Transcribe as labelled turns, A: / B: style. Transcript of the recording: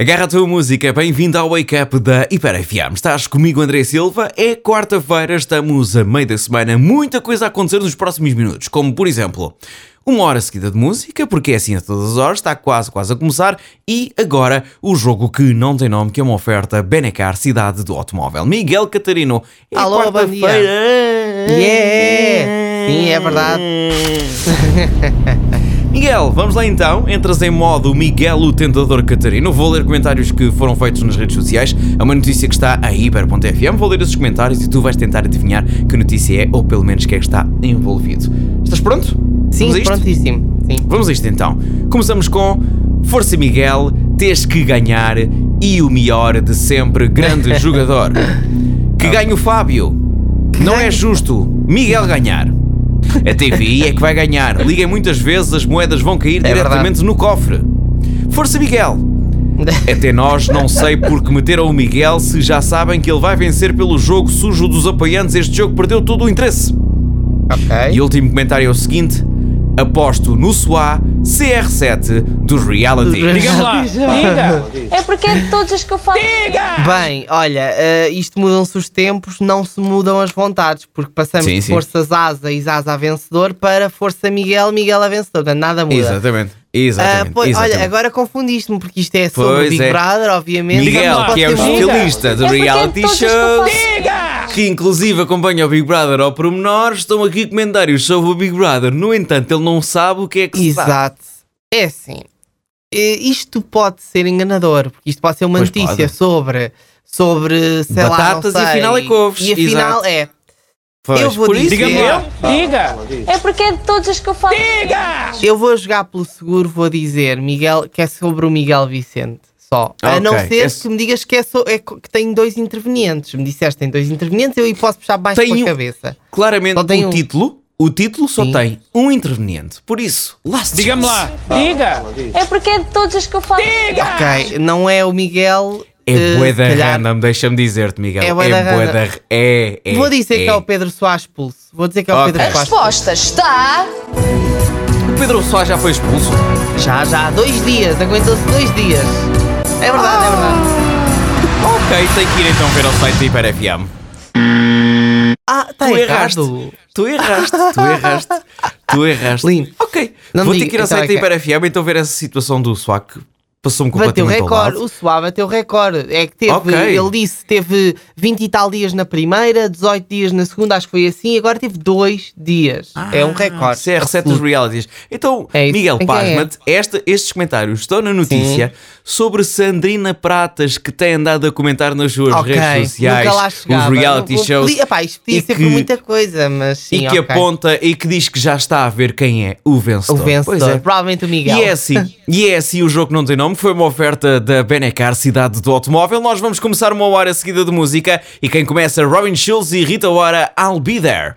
A: Agarra a tua música, bem-vindo ao Wake Up da Hiper FM. Estás comigo, André Silva? É quarta-feira, estamos a meio da semana, muita coisa a acontecer nos próximos minutos, como por exemplo, uma hora seguida de música, porque é assim a todas as horas, está quase, quase a começar, e agora o jogo que não tem nome, que é uma oferta Benecar Cidade do Automóvel. Miguel Catarino, é
B: Alô, bom
A: quarta-feira.
B: Yeah! Sim, é verdade.
A: Miguel, vamos lá então. Entras em modo Miguel o Tentador Catarino. Vou ler comentários que foram feitos nas redes sociais. É uma notícia que está em hiper.fm. Vou ler esses comentários e tu vais tentar adivinhar que notícia é ou pelo menos quem é que está envolvido. Estás pronto? Vamos a
B: Sim,
A: isto?
B: prontíssimo. Sim.
A: Vamos a isto então. Começamos com Força Miguel, tens que ganhar e o melhor de sempre, grande jogador. Que ganhe o Fábio. Não é justo Miguel ganhar. A TV é que vai ganhar. Liguem muitas vezes, as moedas vão cair
B: verdade.
A: diretamente no cofre. Força Miguel. Até nós não sei por que meteram o Miguel se já sabem que ele vai vencer pelo jogo sujo dos apoiantes. Este jogo perdeu todo o interesse. E
B: ok.
A: o último comentário é o seguinte: aposto no SWA CR7 dos reality. Diga-me lá, diga!
C: É porque é de todos os que eu falo. É Diga!
B: Bem, olha, eh, isto mudam-se os tempos, não se mudam as vontades, porque passamos
A: Sim,
B: de
A: sim.
B: forças Asa e Zaza a vencedor para força Miguel, Miguel a vencedor. Portanto, nada muda.
A: Exatamente,
B: Ah,
A: exatamente.
B: pois,
A: exatamente.
B: olha, agora confundiste-me, porque isto é sobre
A: Pois
B: o Big
A: é.
B: Brother, obviamente. um Não
A: Miguel,
B: pode
A: que é o
B: ter muita-
A: estilista do
C: É porque
A: reality
C: todos os que eu
A: shows,
C: faço.
A: que inclusive acompanha o Big Brother ao pormenor, estão aqui comentários sobre o Big Brother. No entanto, ele não sabe o que é que se sabe.
B: Exato. É assim. eh, Isto pode ser enganador, porque isto pode ser uma
A: Pois
B: notícia
A: pode.
B: sobre, sobre sei
A: Batatas e
B: lá, não sei,
A: afinal é couves.
B: E afinal
A: Exato.
B: é.
A: Pois,
B: eu vou
A: por isso,
B: dizer-
A: Miguel,
C: É porque é de todos os que eu falo.
B: Eu vou jogar pelo seguro, vou dizer Miguel, que é sobre o Miguel Vicente. Só.
A: Ah,
B: a não
A: ok.
B: ser
A: Esse-
B: que me digas que, é so- é co- que tem dois intervenientes. Me disseste tem dois intervenientes, eu aí posso puxar mais
A: Tem
B: pela
A: um-
B: cabeça.
A: claramente
B: Só tem
A: o
B: um.
A: título, o título só
B: Sim.
A: tem um interveniente. Por isso, last
D: Diga-me
A: chance.
D: lá, diga!
C: É porque é de todos os que eu falo. Diga!
B: Ok, não é o Miguel.
A: É
B: eh,
A: bué
B: se
A: da
B: calhar-
A: random, deixa-me dizer-te, Miguel.
B: É bué da
A: bué
B: random.
A: da- É, é,
B: Vou dizer
A: é.
B: que é o Pedro Soares Pulso. Vou dizer que é o
A: Ok.
B: Pedro Soares Pulso.
C: Resposta está.
A: O Pedro Soares já foi expulso.
B: Já, já, há dois dias, aguentou-se dois dias. É verdade, é
A: Ah,
B: verdade.
A: Ok, tem que ir então ver ao site da Hiper FM.
B: Ah, está
A: Tu erraste.
B: errado.
A: Tu erraste, tu erraste, tu erraste.
B: Lindo.
A: Ok,
B: Não
A: vou ter
B: diga,
A: que ir ao
B: então,
A: site da
B: ok.
A: Hiper FM então ver essa situação do SWAC. Passou-me
B: Bateu
A: completamente ao
B: recorde,
A: lado.
B: o Suá bateu recorde. É que teve,
A: Ok.
B: ele disse, teve 20 e tal dias na primeira, 18 dias na segunda, acho que foi assim, agora teve dois dias. é
A: Ah,
B: um recorde.
A: CR7 dos realities. Então,
B: É isso.
A: Miguel
B: Quem é?
A: Pasma-te, esta- estes comentários estão na notícia sobre Sandrina Pratas que tem andado a comentar nas suas
B: Ok,
A: redes sociais
B: nunca lá
A: os
B: chegava.
A: reality
B: Não vou-
A: shows.
B: Podia, epá, isto
A: e
B: podia ser
A: que-
B: por muita coisa, mas sim,
A: e que
B: ok.
A: aponta e que diz que já está a ver quem é o
B: O
A: vencedor. Pois
B: vencedor,
A: é.
B: provavelmente o Miguel.
A: E é assim, e é assim o jogo que não tem nome, foi uma oferta da Benecar Cidade do Automóvel. Nós vamos começar uma hora seguida de música e quem começa Robin Schulz e Rita Ora, I'll Be There.